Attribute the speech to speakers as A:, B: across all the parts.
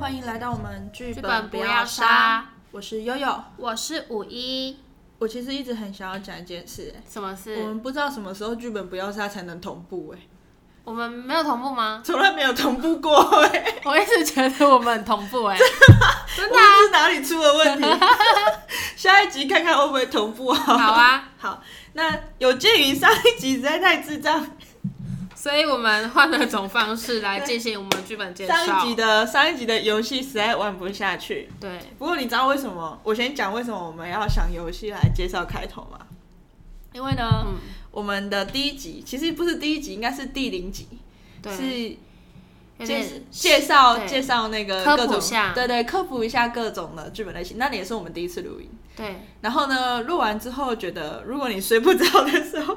A: 欢迎来到我们剧
B: 剧本
A: 不
B: 不
A: 杀
B: 要杀。
A: 我是悠悠，
B: 我是五一，
A: 我其实一直很想要讲一件事、
B: 什么
A: 欸，我
B: 事？
A: 们不知道什么时候剧本不要杀才能同步、欸，？
B: 我们没有同步吗
A: 从来没有同步过、欸，
B: 我一直觉得我们很同步 哎、
A: 真的、啊、是哪里出了问 题？下一集看看会不会同步好。
B: 好啊，
A: 好，那有鉴于上一集实在太智障，
B: 所以我们换了种方式来进行我们剧本介
A: 上
B: 绍
A: 一。集的上一集的游戏实在玩不下去。
B: 对，
A: 不过你知道为什么？我先讲为什么我们要想游戏来介绍开头吗？因为呢，
B: 嗯，
A: 我们的第一集其实不是第一集，应该是第零集，
B: 对，
A: 是
B: 有
A: 介
B: 点
A: 介绍
B: 对
A: 介绍那个
B: 科
A: 各
B: 普
A: 种
B: 下
A: 对对，科普一下各种的剧本类型。那也是我们第一次录音。
B: 对。
A: 然后呢，录完之后觉得，如果你睡不着的时候，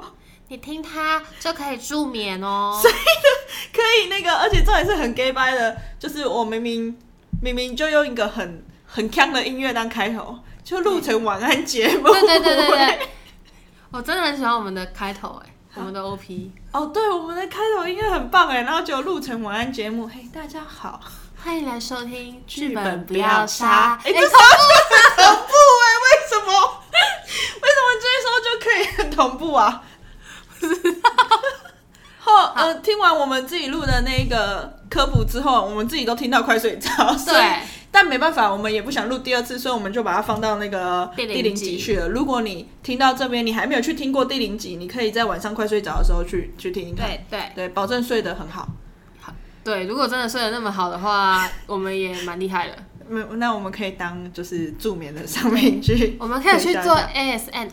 B: 你听它就可以助眠哦。
A: 可以那个，而 且这也是很 gay 掰的，就是我明明明明就用一个很很强的音乐当开头，就录成晚安节目。
B: 对对对对对，我真的很喜欢我们的开头 哎、我们的 OP。
A: 哦，对，我们的开头音乐很棒哎，然后就录成晚安节目。嘿，大家好，
B: 欢迎来收听
A: 剧
B: 剧
A: 本
B: 本
A: 不
B: 不
A: 要
B: 要
A: 杀
B: 杀。
A: 哎这
B: 哎、同
A: 同步 哎、为什么？为什么这时候就可以很同步 啊？不知道。后呃，听完我们自己录的那个科普之后，我们自己都听到快睡着，所以
B: 对
A: 但没办法，我们也不想录第二次，所以我们就把它放到那个
B: 第零
A: 第零
B: 集
A: 集去了。如果你听到这边，你还没有去听过第零集，你可以在晚上快睡着的时候去去听听看，
B: 对对
A: 对，保证睡得很好。
B: 对，如果真的睡得那么好的话，我们也蛮厉害的。
A: 嗯，那我们可以当就是助眠的上面去，
B: 我们可以去
A: 回
B: 做
A: 家
B: ASMR，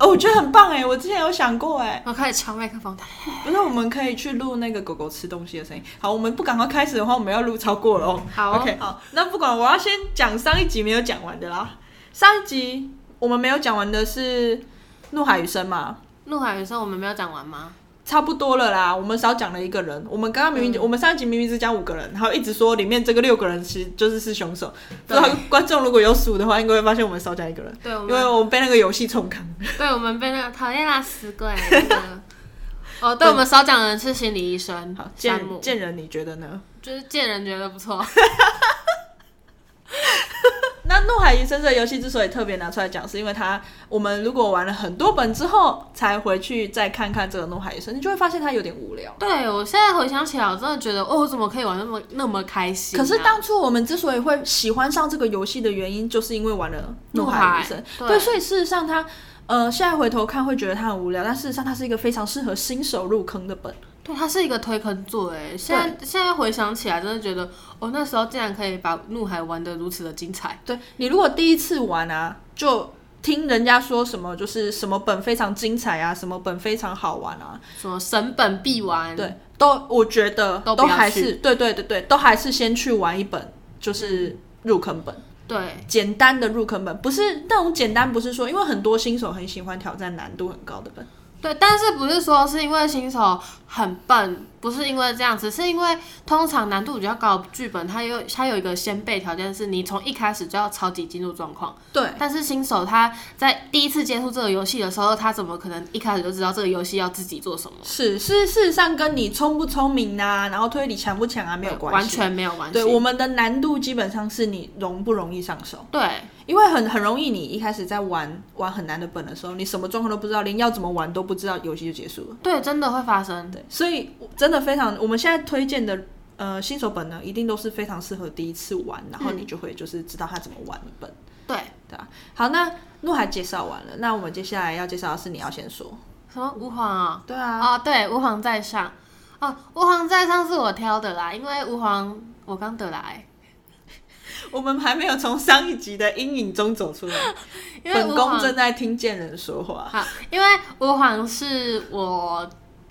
A: 哦，我觉得很棒哎，我之前有想过哎，
B: 我可以敲麦克风，
A: 不是我们可以去录那个狗狗吃东西的声音。好，我们不赶快开始的话，我们要录超过了哦。
B: 好
A: o k 好，那不管我要先讲上一集没有讲完的啦。上一集我们没有讲完的是《怒海余生》嘛，
B: 陆海原生我们没有讲 完吗？
A: 差不多了啦，我们少讲了一个人。我们刚刚明明、我们上一集明明只讲五个人，然后一直说里面这个六个人其实就是是凶手。不
B: 对
A: 知道观众如果有数的话，应该会发现我们少讲一个人，
B: 对，我
A: 因
B: 们
A: 为我们被那个游戏冲康。
B: 对我们被那个讨厌啦死鬼那个。哦，对，我们少讲的人是心理医生
A: 好，
B: 山
A: 见
B: 姆，
A: 见人，你觉得呢？
B: 就是见人觉得不错。
A: 那《怒海余生》这个游戏之所以特别拿出来讲，是因为它我们如果玩了很多本之后，才回去再看看这个《怒海余生》，你就会发现它有点无聊。
B: 对我现在回想起来，我真的觉得，哦，我怎么可以玩那么那么开心啊、
A: 可是当初我们之所以会喜欢上这个游戏的原因，就是因为玩了《怒海余生》
B: 怒海对
A: 对，所以事实上它，呃，现在回头看会觉得它很无聊，但事实上它是一个非常适合新手入坑的本。
B: 对，它是一个推坑作哎，现在现在回想起来，真的觉得，哦，那时候竟然可以把怒海玩得如此的精彩。
A: 对你如果第一次玩啊，就听人家说什么就是什么本非常精彩啊，什么本非常好玩啊，
B: 什么神本必玩，
A: 对，都我觉得
B: 嗯都不要
A: 还
B: 去
A: 是对对对对，都还是先去玩一本，
B: 嗯
A: 就是入坑本，
B: 对
A: 简单的入坑本，不是那种简单，不是说因为很多新手很喜欢挑战难度很高的本，
B: 对，但是不是说是因为新手很笨，不是因为这样子，是因为通常难度比较高的剧本，它有它有一个先备条件，是你从一开始就要超级进入状况。
A: 对
B: 但是新手他在第一次接触这个游戏的时候，他怎么可能一开始就知道这个游戏要自己做什么？
A: 是是事实上跟你聪不聪明啊，然后推理强不强啊没有关
B: 嗯完
A: 系。
B: 全没有关系。
A: 对，我们的难度基本上是你容不容易上手，
B: 对
A: 因为很很容易，你一开始在玩玩很难的本的时候，你什么状况都不知道，连要怎么玩都不知道，游戏就结束了。
B: 对，真的会发生。
A: 对，所以我真的非常，我们现在推荐的呃新手本呢，一定都是非常适合第一次玩，然
B: 嗯
A: 后你就会就是知道它怎么玩的本，
B: 对，
A: 对吧、好，那怒海介绍完了，那我们接下来要介绍的是你要先说，
B: 什么吾皇啊、
A: 对啊，
B: 哦，对，吾皇在上。哦，吾皇在上是我挑的啦，因为吾皇我刚得来，
A: 我们还没有从上一集的阴影中走出来，
B: 因为
A: 本
B: 吾
A: 宫
B: 皇
A: 正在听见人说话，
B: 好，因为吾皇是我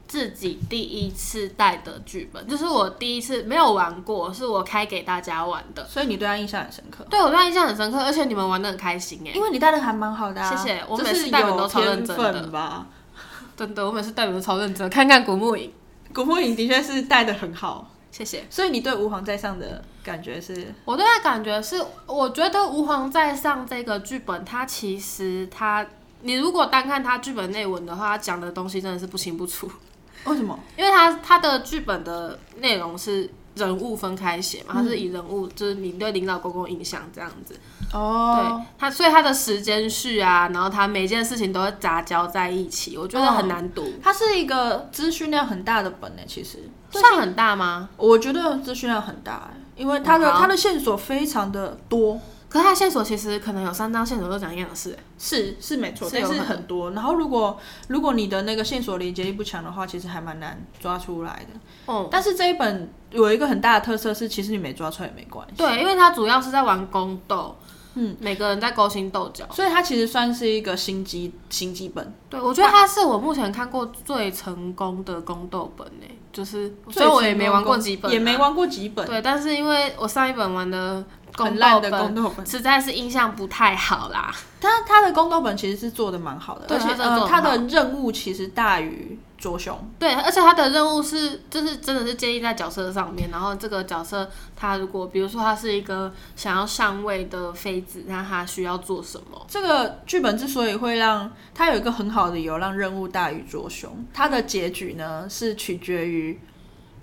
B: 自己第一次带的剧本，就是我第一次没有玩过，是我开给大家玩的。
A: 所以你对他印象很深刻，
B: 对我对他印象很深刻，而且你们玩的很开心哎、
A: 因为你带的还蛮好的、啊，
B: 谢谢我
A: 这
B: 每次
A: 是
B: 带本
A: 有
B: 都超认
A: 天
B: 真
A: 分
B: 的
A: 吧。
B: 真的，我每次带你们都超认真，看看古墓影，
A: 古墓影的确是带的很好，
B: 谢谢。
A: 所以你对吾皇在上的感觉是，
B: 我对他感觉是，我觉得《吾皇在上》这个剧本，它其实它，你如果单看它剧本内文的话，它讲的东西真的是不清不楚，
A: 为什么？
B: 因为它它的剧本的内容是人物分开写
A: 嗯
B: 嘛，它是以人物就是你对领导公共印象这样子。
A: 哦
B: 对，它，所以它的时间序啊，然后它每件事情都会杂交在一起，我觉得很难读。
A: 它是一个资讯量很大的本呢、其实
B: 算很大吗？
A: 我觉得资讯量很大、欸因为它的
B: 嗯好
A: 它的线索非常的多，
B: 可是它线索其实可能有三张线索都讲一样的事、
A: 是是没错，
B: 是
A: 但
B: 有
A: 是
B: 很
A: 很多。然后如果如果你的那个线索连接力不强的话，其实还蛮难抓出来的。
B: 哦、
A: 但是这一本有一个很大的特色是，其实你没抓出来也没关系。啊
B: 对，因为它主要是在玩宫斗，
A: 嗯，
B: 每个人在勾心斗角。
A: 所以它其实算是一个心机心机本，
B: 对，我觉得它是我目前看过最成功的宫斗本诶、就是，所
A: 最
B: 以我也
A: 成
B: 没
A: 功
B: 玩过
A: 的
B: 几本、
A: 也没。玩过几本，啊
B: 对，但是因为我上一本玩的
A: 很
B: 宫
A: 烂
B: 斗
A: 的宫斗本。
B: 实在是印象不太好啦。
A: 它它的宫斗本其实是做的蛮好的，
B: 对
A: 而且
B: 它真的做
A: 呃，
B: 得
A: 它
B: 很好
A: 的任务其实大于卓雄。
B: 对，而且他的任务是，就是真的是建立在角色上面。然后这个角色，他如果比如说他是一个想要上位的妃子，那他需要做什么？
A: 这个剧本之所以会让它有一个很好的理由让任务大于卓雄，它的结局呢是取决于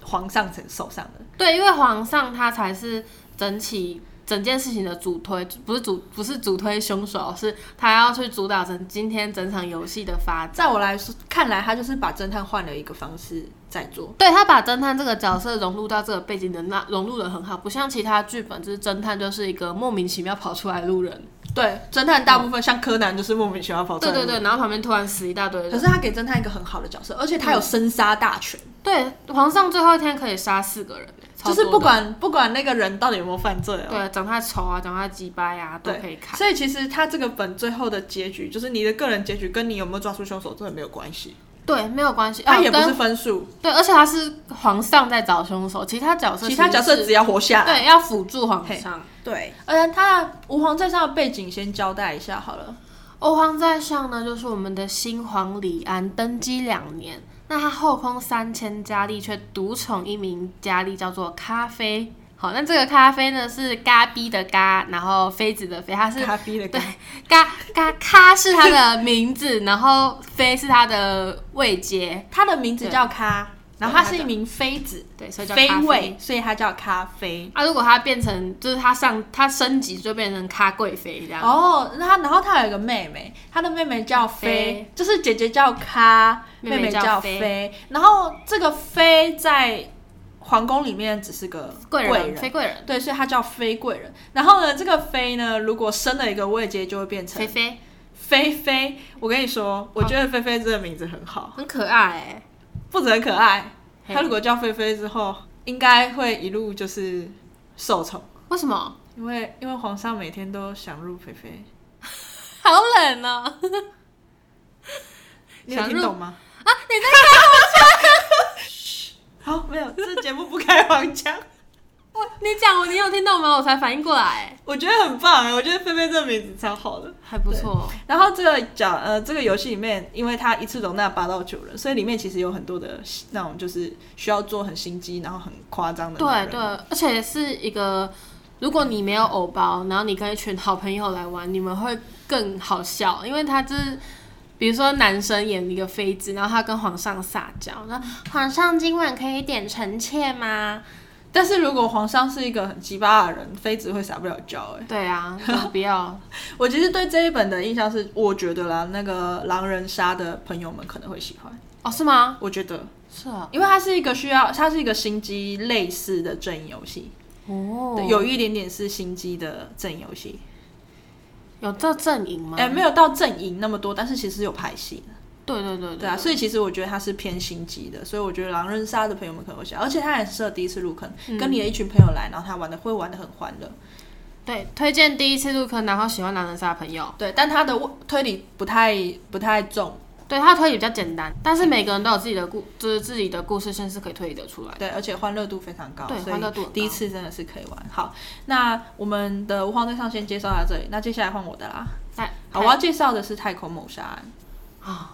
A: 皇上手上的。
B: 对，因为皇上他才是整起整件事情的主推，不是主不是主推凶手，是他要去主导整今天整场游戏的发展。
A: 在我来说，看来他就是把侦探换了一个方式在做。
B: 对他把侦探这个角色融入到这个背景的那融入的很好，不像其他剧本，就是侦探就是一个莫名其妙跑出来的路人，
A: 对，侦探大部分、像柯南就是莫名其妙跑出
B: 对
A: 来的
B: 对对，然后旁边突然死一大堆人
A: 可，是他给侦探一个很好的角色，而且他有生杀大权，
B: 对，皇上最后一天可以杀四个人欸，超
A: 就是
B: 多
A: 不
B: 的
A: 管不管那个人到底有没有犯罪哦。
B: 对长太丑啊，长太鸡掰啊，都
A: 对
B: 可以砍。
A: 所以其实他这个本最后的结局，就是你的个人结局跟你有没有抓出凶手真的没有关系，
B: 对，没有关系，
A: 他
B: 啊
A: 也不
B: 跟
A: 是分数，
B: 对，而且他是皇上在找凶手，其他角色
A: 其他
B: 实
A: 角色
B: 是
A: 只要活下来。
B: 对要辅助皇
A: 嘿
B: 上。
A: 对，而且他吾皇在上的背景先交代一下好了。
B: 欧皇在上呢，就是我们的新皇李安登基两年，那他后宫三千佳丽，却独宠一名佳丽，叫做咖啡。好，那这个咖啡呢是咖逼的咖，然后妃子的妃，他是
A: 咖啡的对，
B: 嘎嘎咖是他的名字，然后飞是他的位阶，
A: 他的名字叫咖，然后
B: 对
A: 他是一
B: 他
A: 名妃子，
B: 对，所以叫
A: 妃
B: 咖
A: 位
B: 妃。，
A: 所以他叫咖啡。
B: 啊，如果他变成就是他上他升级就变成咖贵妃这样，
A: 哦，那他然后他有一个妹妹，他的妹妹叫飞
B: 飞，
A: 就是姐姐叫咖，
B: 妹妹
A: 妹叫
B: 叫
A: 飞。然后这个飞在皇宫里面只是个
B: 贵
A: 人，
B: 人非贵人
A: 对，所以他叫飞贵人。然后呢，这个飞呢，如果升了一个位阶，就会变成
B: 菲菲
A: 菲菲。我跟你说，我觉得菲菲这个名字很好。
B: 很可爱哎、
A: 不止很可爱，
B: 嘿
A: 他如果叫菲菲之后，应该会一路就是受宠，
B: 为什么？
A: 因为因为皇上每天都想入菲菲，
B: 好冷哦！
A: 你有
B: 想
A: 听
B: 入
A: 懂吗？啊，你在开黄腔？好，没有，这节目不开黄腔，
B: 你讲我，你有听到吗？我才反应过来，
A: 我觉得很棒哎，我觉得菲菲这个名字超好的。
B: 还不错。
A: 然后这个讲呃，这个游戏里面，因为它一次容纳八到九人，所以里面其实有很多的那种就是需要做很心机，然后很夸张的那
B: 对
A: 种
B: 对
A: 人，
B: 而且是一个，如果你没有偶包，然后你跟一群好朋友来玩，你们会更好笑，因为他就是。比如说，男生演一个妃子，然后他跟皇上撒娇，那皇上今晚可以点臣妾吗？
A: 但是如果皇上是一个很鸡巴的人，妃子会撒不了娇哎。
B: 对啊，就不要。
A: 我其实对这一本的印象是，我觉得啦，那个狼人杀的朋友们可能会喜欢。
B: 哦，是吗？
A: 我觉得，
B: 是啊。
A: 因为它是一个需要，它是一个心机类似的阵营游戏，
B: 哦
A: 对，有一点点是心机的阵营游戏。
B: 有这阵营吗？
A: 哎、没有到阵营那么多，但是其实有派系的，
B: 对对对
A: 对啊，所以其实我觉得它是偏心机的，所以我觉得狼人杀的朋友们可能会喜欢，而且它很适合第一次入坑，跟你的一群朋友来，然后他玩的会玩的很欢乐，
B: 对，推荐第一次入坑，然后喜欢狼人杀的朋友。
A: 对，但它的推理不太不太重，
B: 对他推理比较简单，但是每个人都有自己的故，就是自己的故事线是可以推理得出来的。
A: 对，而且欢乐度非常高，
B: 对
A: 所以
B: 欢乐度很高
A: 第一次真的是可以玩。好，那我们的无皇对上先介绍到这里，那接下来换我的啦。
B: 来，
A: 好，我要介绍的是《太空谋杀案》。
B: 啊，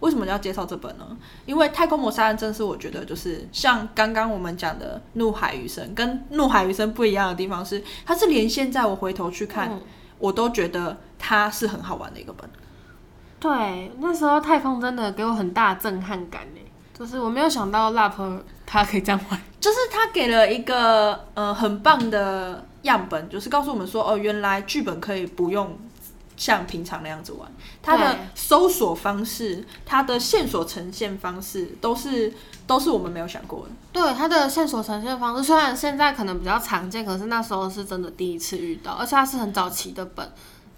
A: 为什么要介绍这本呢？因为《太空谋杀案》真是我觉得就是像刚刚我们讲的《怒海余生》跟《怒海余生》不一样的地方是，它是连现在我回头去看，我都觉得它是很好玩的一个本。
B: 对，那时候太空真的给我很大震撼感呢。欸就是我没有想到 l a p 他可以这样玩。
A: 就是他给了一个呃很棒的样本，就是告诉我们说，哦，原来剧本可以不用像平常那样子玩。它的
B: 对
A: 搜索方式、它的线索呈现方式，都是都是我们没有想过的。
B: 对它的线索呈现方式，虽然现在可能比较常见，可是那时候是真的第一次遇到，而且它是很早期的本。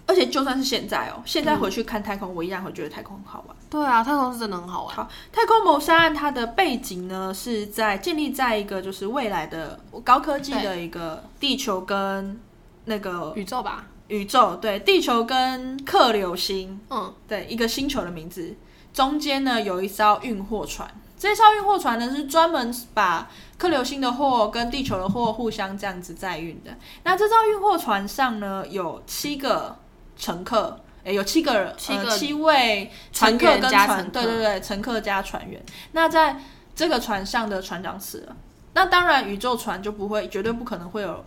A: 而且就算是现在哦，现在回去看太空，我依然会觉得太空很好玩。
B: 对啊，太空是真的很好玩。
A: 好，太空谋杀案它的背景呢是在建立在一个就是未来的高科技的一个地球跟那个
B: 呃宇宙吧，
A: 宇宙，对，地球跟克流星，
B: 嗯，
A: 对，一个星球的名字。中间呢有一艘运货船，这艘运货船呢是专门把克流星的货跟地球的货互相这样子载运的。那这艘运货船上呢有七个乘客，诶，有七个人，
B: 七个
A: 呃、七位乘客
B: 船员
A: 跟
B: 加
A: 船，
B: 乘客
A: 对对对，乘客加船员。那在这个船上的船长死了，那当然宇宙船就不会，绝对不可能会有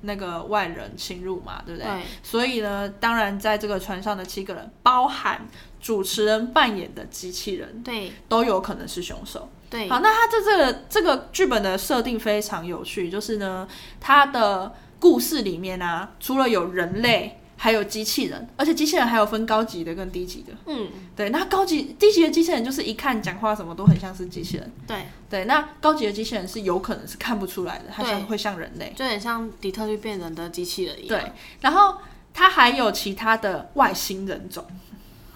A: 那个外人侵入嘛，对不对？
B: 对，
A: 所以呢，当然在这个船上的七个人，包含主持人扮演的机器人，
B: 对，
A: 都有可能是凶手。
B: 对，
A: 好，那他这这个这个剧本的设定非常有趣，就是呢，他的故事里面啊，除了有人类，还有机器人，而且机器人还有分高级的跟低级的。
B: 嗯，
A: 对，那高级低级的机器人就是一看讲话什么都很像是机器人，
B: 对，
A: 对，那高级的机器人是有可能是看不出来的，它像会像人类。
B: 就很像底特律变人的机器人一样。
A: 对，然后它还有其他的外星人种。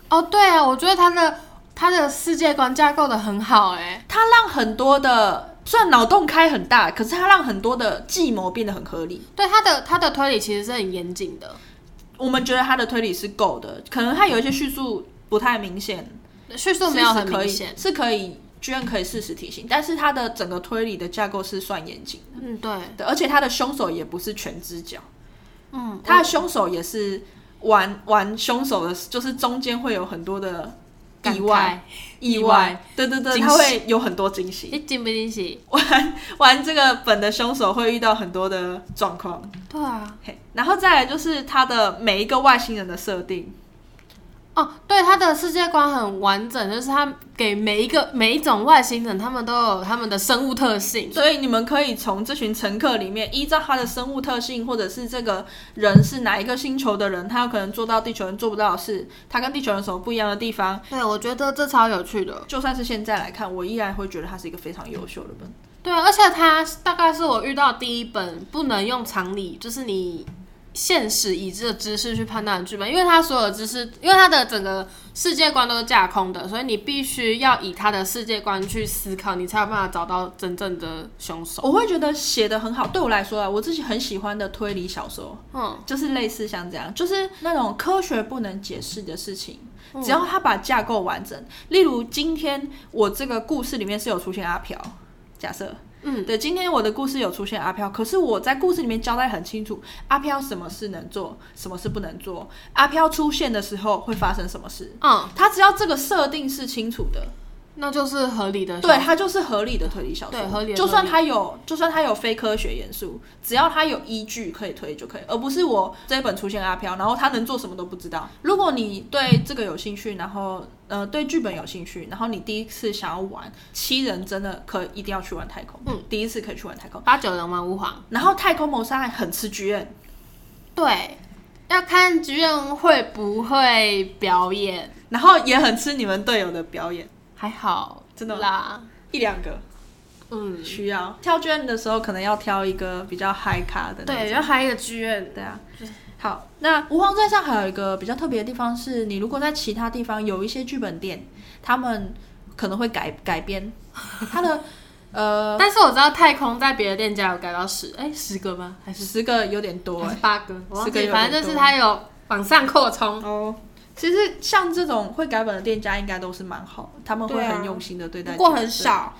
B: 哦，对啊，我觉得他的他的世界观架构的很好、哎，
A: 它让很多的虽然脑洞开很大，可是它让很多的计谋变得很合理。
B: 对他的他的推理其实是很严谨的，
A: 我们觉得它的推理是够的，可能它有一些叙述不太明显，
B: 叙述没有很
A: 是可
B: 明
A: 以
B: 显。
A: 是可以居然可以事实提醒，但是它的整个推理的架构是算严谨
B: 嗯，对，
A: 的，而且它的凶手也不是全知角，
B: 嗯，
A: 他的凶手也是玩玩凶手的，就是中间会有很多的意外，
B: 意外
A: 意
B: 意
A: 外，对对对，
B: 惊
A: 他会有很多惊喜。
B: 你惊不惊喜？
A: 玩这个本的凶手会遇到很多的状况。
B: 对啊，
A: 嘿，然后再来就是它的每一个外星人的设定，
B: 哦，对，他的世界观很完整，就是他给每一个每一种外星人，他们都有他们的生物特性。
A: 所以你们可以从这群乘客里面，依照他的生物特性，或者是这个人是哪一个星球的人，他有可能做到地球人做不到的事，他跟地球人有什么不一样的地方。
B: 对，我觉得这超有趣的。
A: 就算是现在来看，我依然会觉得它是一个非常优秀的本。
B: 对，啊而且它大概是我遇到第一本不能用常理，就是你现实已知的知识去判断的剧本，因为它所有的知识，因为它的整个世界观都是架空的，所以你必须要以它的世界观去思考，你才有办法找到真正的凶手。
A: 我会觉得写的很好，对我来说啊，我自己很喜欢的推理小说，
B: 嗯，
A: 就是类似像这样，就是那种科学不能解释的事情，
B: 嗯
A: 只要他把架构完整。例如今天我这个故事里面是有出现阿飘，假设，
B: 嗯，
A: 对，今天我的故事有出现阿飘，可是我在故事里面交代很清楚，阿飘什么事能做，什么事不能做，阿飘出现的时候会发生什么事。
B: 嗯，
A: 他只要这个设定是清楚的，
B: 那就是合理的。
A: 对，，它就是合理的推理小说。
B: 对合理的
A: 就算
B: 推理
A: 它有，就算它有非科学元素，只要它有依据可以推就可以，而不是我这一本出现阿飘，然后他能做什么都不知道。如果你对这个有兴趣，然后呃对剧本有兴趣，然后你第一次想要玩七人，真的可以一定要去玩太空。
B: 嗯，
A: 第一次可以去玩太空。
B: 八九人玩吾皇。
A: 然后太空谋杀案很吃剧院，
B: 对，要看剧院会不会表演，
A: 然后也很吃你们队友的表演，
B: 还好，
A: 真的吗
B: 啦。
A: 一两个
B: 嗯，
A: 需要。挑剧院的时候可能要挑一个比较嗨咖的那种。
B: 对，要还有一个剧院。
A: 对啊，好，那无皇在上还有一个比较特别的地方是，你如果在其他地方有一些剧本店，他们可能会改改 编它的呃
B: 但是我知道太空在别的店家有改到十，哎、十个吗？还是
A: 十个有点多
B: 还
A: 欸
B: 是八个？我忘
A: 十个有点
B: 记，反正就是它有往上扩充。
A: 哦。其实像这种会改本的店家应该都是蛮好的，他们会
B: 对啊
A: 很用心的对待，
B: 不过很，少，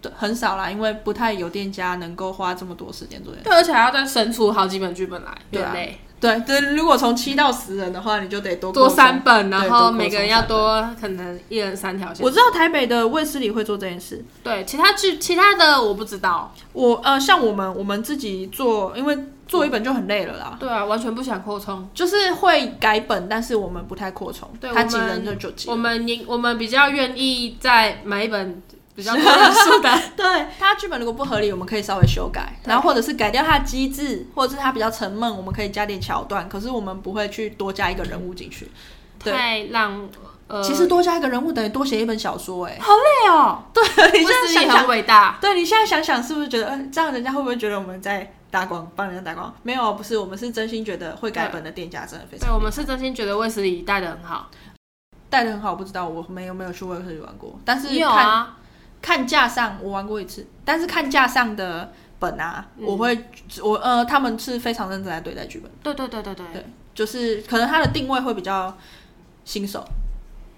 A: 对，很少啦，因为不太有店家能够花这么多时间做这件事。
B: 对，而且还要再生出好几本剧本来，
A: 对啊
B: 很累，
A: 对，对，如果从七到十人的话，你就得多
B: 多
A: 扩充
B: 三本，
A: 对
B: 然
A: 多
B: 后
A: 扩
B: 每个人
A: 充
B: 要
A: 三本
B: 多，可能一人三条线
A: 我。知道台北的卫斯理会做这件事，
B: 对，其他剧其他的我不知道。
A: 我呃，像我们我们自己做，因为做一本就很累了啦，
B: 对啊，完全不想扩充。
A: 就是会改本，但是我们不太扩充，
B: 对
A: 它
B: 我
A: 几
B: 们
A: 人就就几
B: 我
A: 人。
B: 们宁我们比较愿意再买一本 比比较多元素的。
A: 对，它剧本如果不合理，我们可以稍微修改，然后或者是改掉它的机制，或者是它比较沉闷，我们可以加点桥段。可是我们不会去多加一个人物进去。对
B: 太让呃，
A: 其实多加一个人物等于多写一本小说、欸，哎，
B: 好累 哦。
A: 对， 你现
B: 威斯
A: 在
B: 利
A: 想想
B: 很，伟大，
A: 对你现在想想，是不是觉得，嗯，这样人家会不会觉得我们在打广，帮人家打广？没有，啊不是，我们是真心觉得会改本的店家真的非常
B: 对，我们是真心觉得卫斯理带的很好。
A: 带的很好。我不知道我没有没有去威尔士玩过，但是
B: 你有
A: 看
B: 啊，
A: 看架上我玩过一次，但是看架上的本啊，
B: 嗯
A: 我会我呃，他们是非常认真来对待剧本，
B: 对对对对对，
A: 对，就是可能它的定位会比较新手，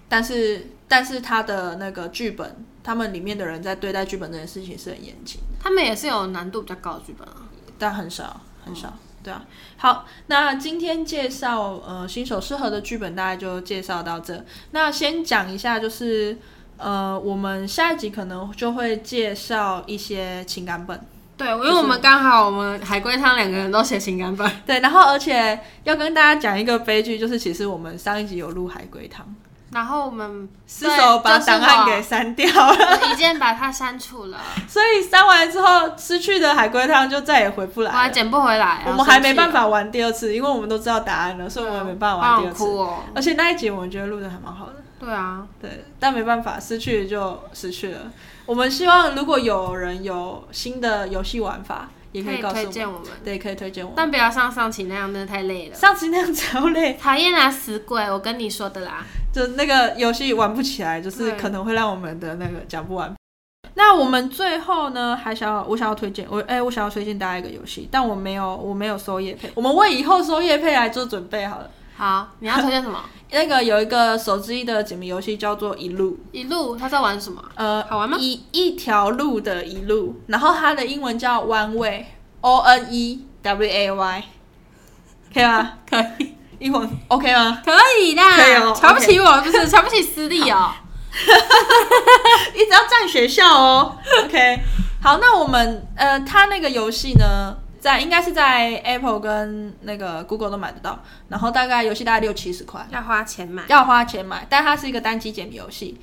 A: 但是但是它的那个剧本，他们里面的人在对待剧本这件事情是很严谨，
B: 他们也是有难度比较高的剧本啊。
A: 但很少很少。对啊，好，那今天介绍呃新手适合的剧本，大概就介绍到这。那先讲一下，就是呃我们下一集可能就会介绍一些情感本。
B: 对，因为我们刚好我们海龟汤两个人都写情感本，
A: 对，然后而且要跟大家讲一个悲剧，就是其实我们上一集有录海龟汤，
B: 然后我们
A: 失手把档案给删掉 了，
B: 给一键把它删除了，
A: 所以删完之后失去的海龟汤就再也回不
B: 我还
A: 来了。
B: 捡不回来。
A: 我们还没办
B: 法，
A: 法玩第二次，因为我们都知道答案了，所以我们没办法
B: 好
A: 玩第
B: 想
A: 二次。
B: 哭哦。
A: 而且那一集我们觉得录的还蛮好的，
B: 对啊，
A: 对，但没办法，失去就失去了。我们希望如果有人有新的游戏玩法，也可
B: 可
A: 以
B: 以
A: 告诉
B: 推
A: 我们，
B: 荐我们，
A: 对，可以推荐我们。
B: 但不要像上期那样，真的太 累了。
A: 上次那样超累，
B: 讨厌啊，死鬼！我跟你说的啦。
A: 就那个游戏玩不起来，就是
B: 对
A: 可能会让我们的那个讲不完。那我们最后呢，还想要我想要推荐我哎、我想要推荐大家一个游戏，但我没有我没有收叶配，我们为以后收叶配来做准备好了。
B: 好，你要推荐什么？
A: 那个有一个手机的解谜游戏叫做《一路》，
B: 一路他在玩什么？
A: 呃，
B: 好玩吗？
A: 一一条路的一路，然后它的英文叫 One Way，O N E W A Y，可以吗？
B: 可以，
A: 英文 OK 吗？
B: 可以啦。
A: 可以哦
B: 瞧不起我不是瞧不起私立哦。
A: 一直要占学校哦。OK，好，那我们呃，它那个游戏呢，在应该是在 Apple 跟那个 Google 都买得到，然后大概游戏大概六七十块，
B: 要花钱买。
A: 要花钱买，但它是一个单机解谜游戏。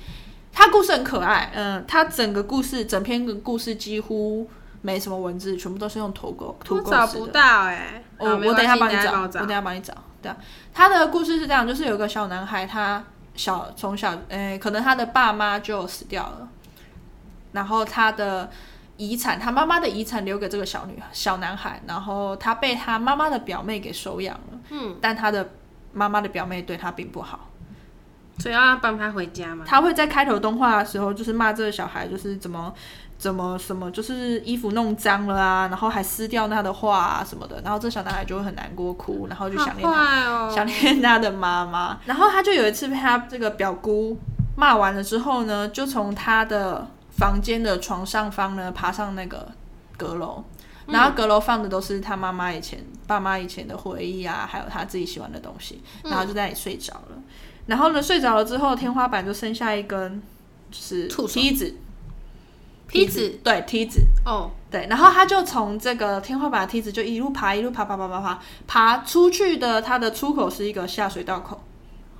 A: 它故事很可爱，嗯、它整个故事整篇的故事几乎没什么文字，全部都是用图构图
C: 我
A: 构
C: 找
A: 式
C: 不
A: 的
C: 到哎、
A: 我
C: 好没
A: 我等一下
C: 关
A: 帮
C: 系
A: 你
C: 你
A: 找，
C: 帮我
A: 我等一
C: 找。
A: 下帮你找。对啊，他的故事是这样，就是有个小男孩，他小从小，诶、可能他的爸妈就死掉了，然后他的遗产，他妈妈的遗产留给这个小女小男孩，然后他被他妈妈的表妹给收养了，
B: 嗯，
A: 但他的妈妈的表妹对他并不好。
C: 所以要帮他回家嘛？
A: 他会在开头动画的时候，就是骂这个小孩，就是怎么怎么什么，就是衣服弄脏了啊，然后还撕掉他的画啊什么的，然后这小男孩就会很难过哭，然后就
C: 好
A: 想念他
C: 坏哦！
A: 想念他的妈妈。然后他就有一次被他这个表姑骂完了之后呢，就从他的房间的床上方呢爬上那个阁楼。然后阁楼放的都是他妈妈以前、爸妈以前的回忆啊，还有他自己喜欢的东西，然后就在那里睡着了。然后呢，睡着了之后，天花板就剩下一根就是
B: 触手
A: 梯子，
B: 梯子
A: 对梯子，
B: 哦，
A: 对，然后他就从这个天花板的梯子就一路爬，一路爬，爬，爬，爬，爬，爬出去的，它的出口是一个下水道口。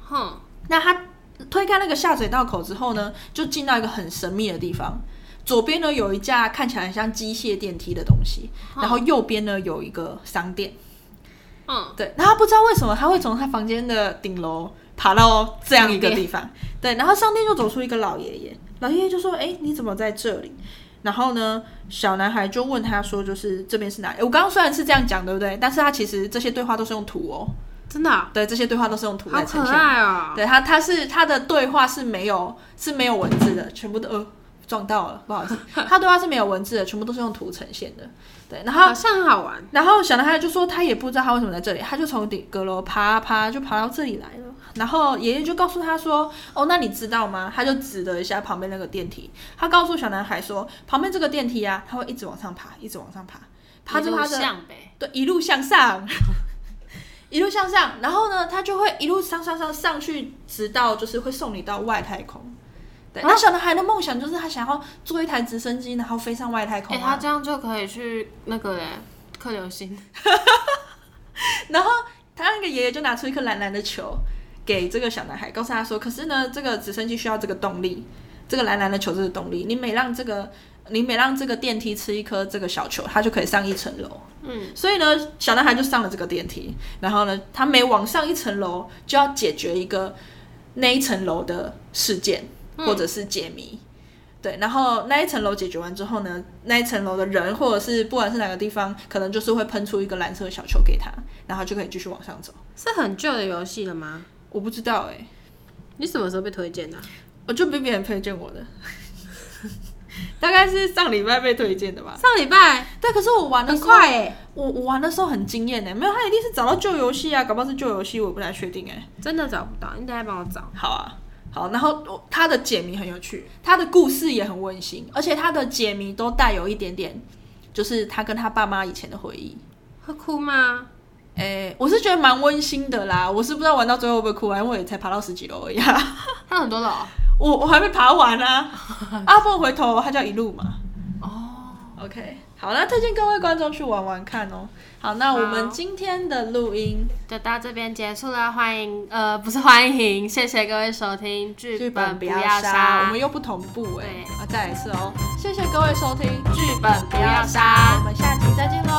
B: 哼，
A: 那他推开那个下水道口之后呢，就进到一个很神秘的地方。左边呢有一架看起来很像机械电梯的东西，然后右边呢有一个商店。
B: 嗯，
A: 对，然后不知道为什么他会从他房间的顶楼爬到这样一个地方。对，然后商店就走出一个老爷爷，老爷爷就说：“哎、你怎么在这里？”然后呢，小男孩就问他说：“就是这边是哪里？”我刚刚虽然是这样讲，对不对？但是他其实这些对话都是用图哦，
B: 真的啊
A: 对，这些对话都是用图来
C: 好
A: 呈
C: 可
A: 现的。
C: 爱哦！
A: 对他，他是他的对话是没有是没有文字的，全部都呃撞到了，不好意思，他对话是没有文字的，全部都是用图呈现的。对，然后
C: 好像很好玩，
A: 然后小男孩就说他也不知道他为什么在这里，他就从顶阁楼爬啊爬啊就爬到这里来了。然后爷爷就告诉他说：“哦，那你知道吗？”他就指了一下旁边那个电梯，他告诉小男孩说：“旁边这个电梯啊，他会一直往上爬，一直往上爬，爬着爬
B: 一路
A: 着，
C: 哎
B: 向北，
A: 对，一路向上， 一路向上，然后呢，他就会一路上上上上去，直到就是会送你到外太空。对，那小男孩的梦想就是他想要坐一台直升机，然后飞上外太空、
B: 哎，
A: 啊
B: 他这样就可以去那个嘞，克流星，
A: 然后他那个爷爷就拿出一颗蓝蓝的球给这个小男孩，告诉他说：“可是呢，这个直升机需要这个动力。”这个蓝蓝的球就是动力，你每让这个你每让这个电梯吃一颗这个小球，它就可以上一层楼。嗯，所以呢，小男孩就上了这个电梯，然后呢，他每往上一层楼就要解决一个那一层楼的事件或者是解谜。对，然后那一层楼解决完之后呢，那一层楼的人或者是不管是哪个地方，可能就是会喷出一个蓝色的小球给他，然后他就可以继续往上走。
C: 是很旧的游戏了吗？
A: 我不知道哎、
C: 你什么时候被推荐的啊、
A: 我就被别人推荐我的， 大概是上礼拜被推荐的吧。
C: 上礼拜
A: 对，可是我玩的
C: 很
A: 时候，
C: 快哎、
A: 我我玩的时候很惊艳欸呢。没有，他一定是找到旧游戏啊，搞不好是旧游戏，我也不太确定哎。
C: 真的找不到，你等下帮我找。
A: 好啊，好，然后我他的解谜很有趣，他的故事也很温馨，而且他的解谜都带有一点点，就是他跟他爸妈以前的回忆。
C: 会哭吗？
A: 诶、我是觉得蛮温馨的啦，我是不知道玩到最后会不会哭啊，因为我也才爬到十几楼而已、啊，
B: 它很多楼哦
A: 我我还没爬完 啊，阿凤回头它叫一路嘛，OK，好，那推荐各位观众去玩玩看哦。好，那我们
C: 好
A: 今天的录音
B: 就到这边结束了，欢迎呃不是欢迎，谢谢各位收听剧
A: 剧
B: 本
A: 本
B: 不
A: 不
B: 要
A: 要
B: 杀，
A: 杀，我们又不同步哎、
B: 对
A: 啊，再来一次哦。谢谢各位收听
B: 剧本不要杀
A: 我们下集再见喽，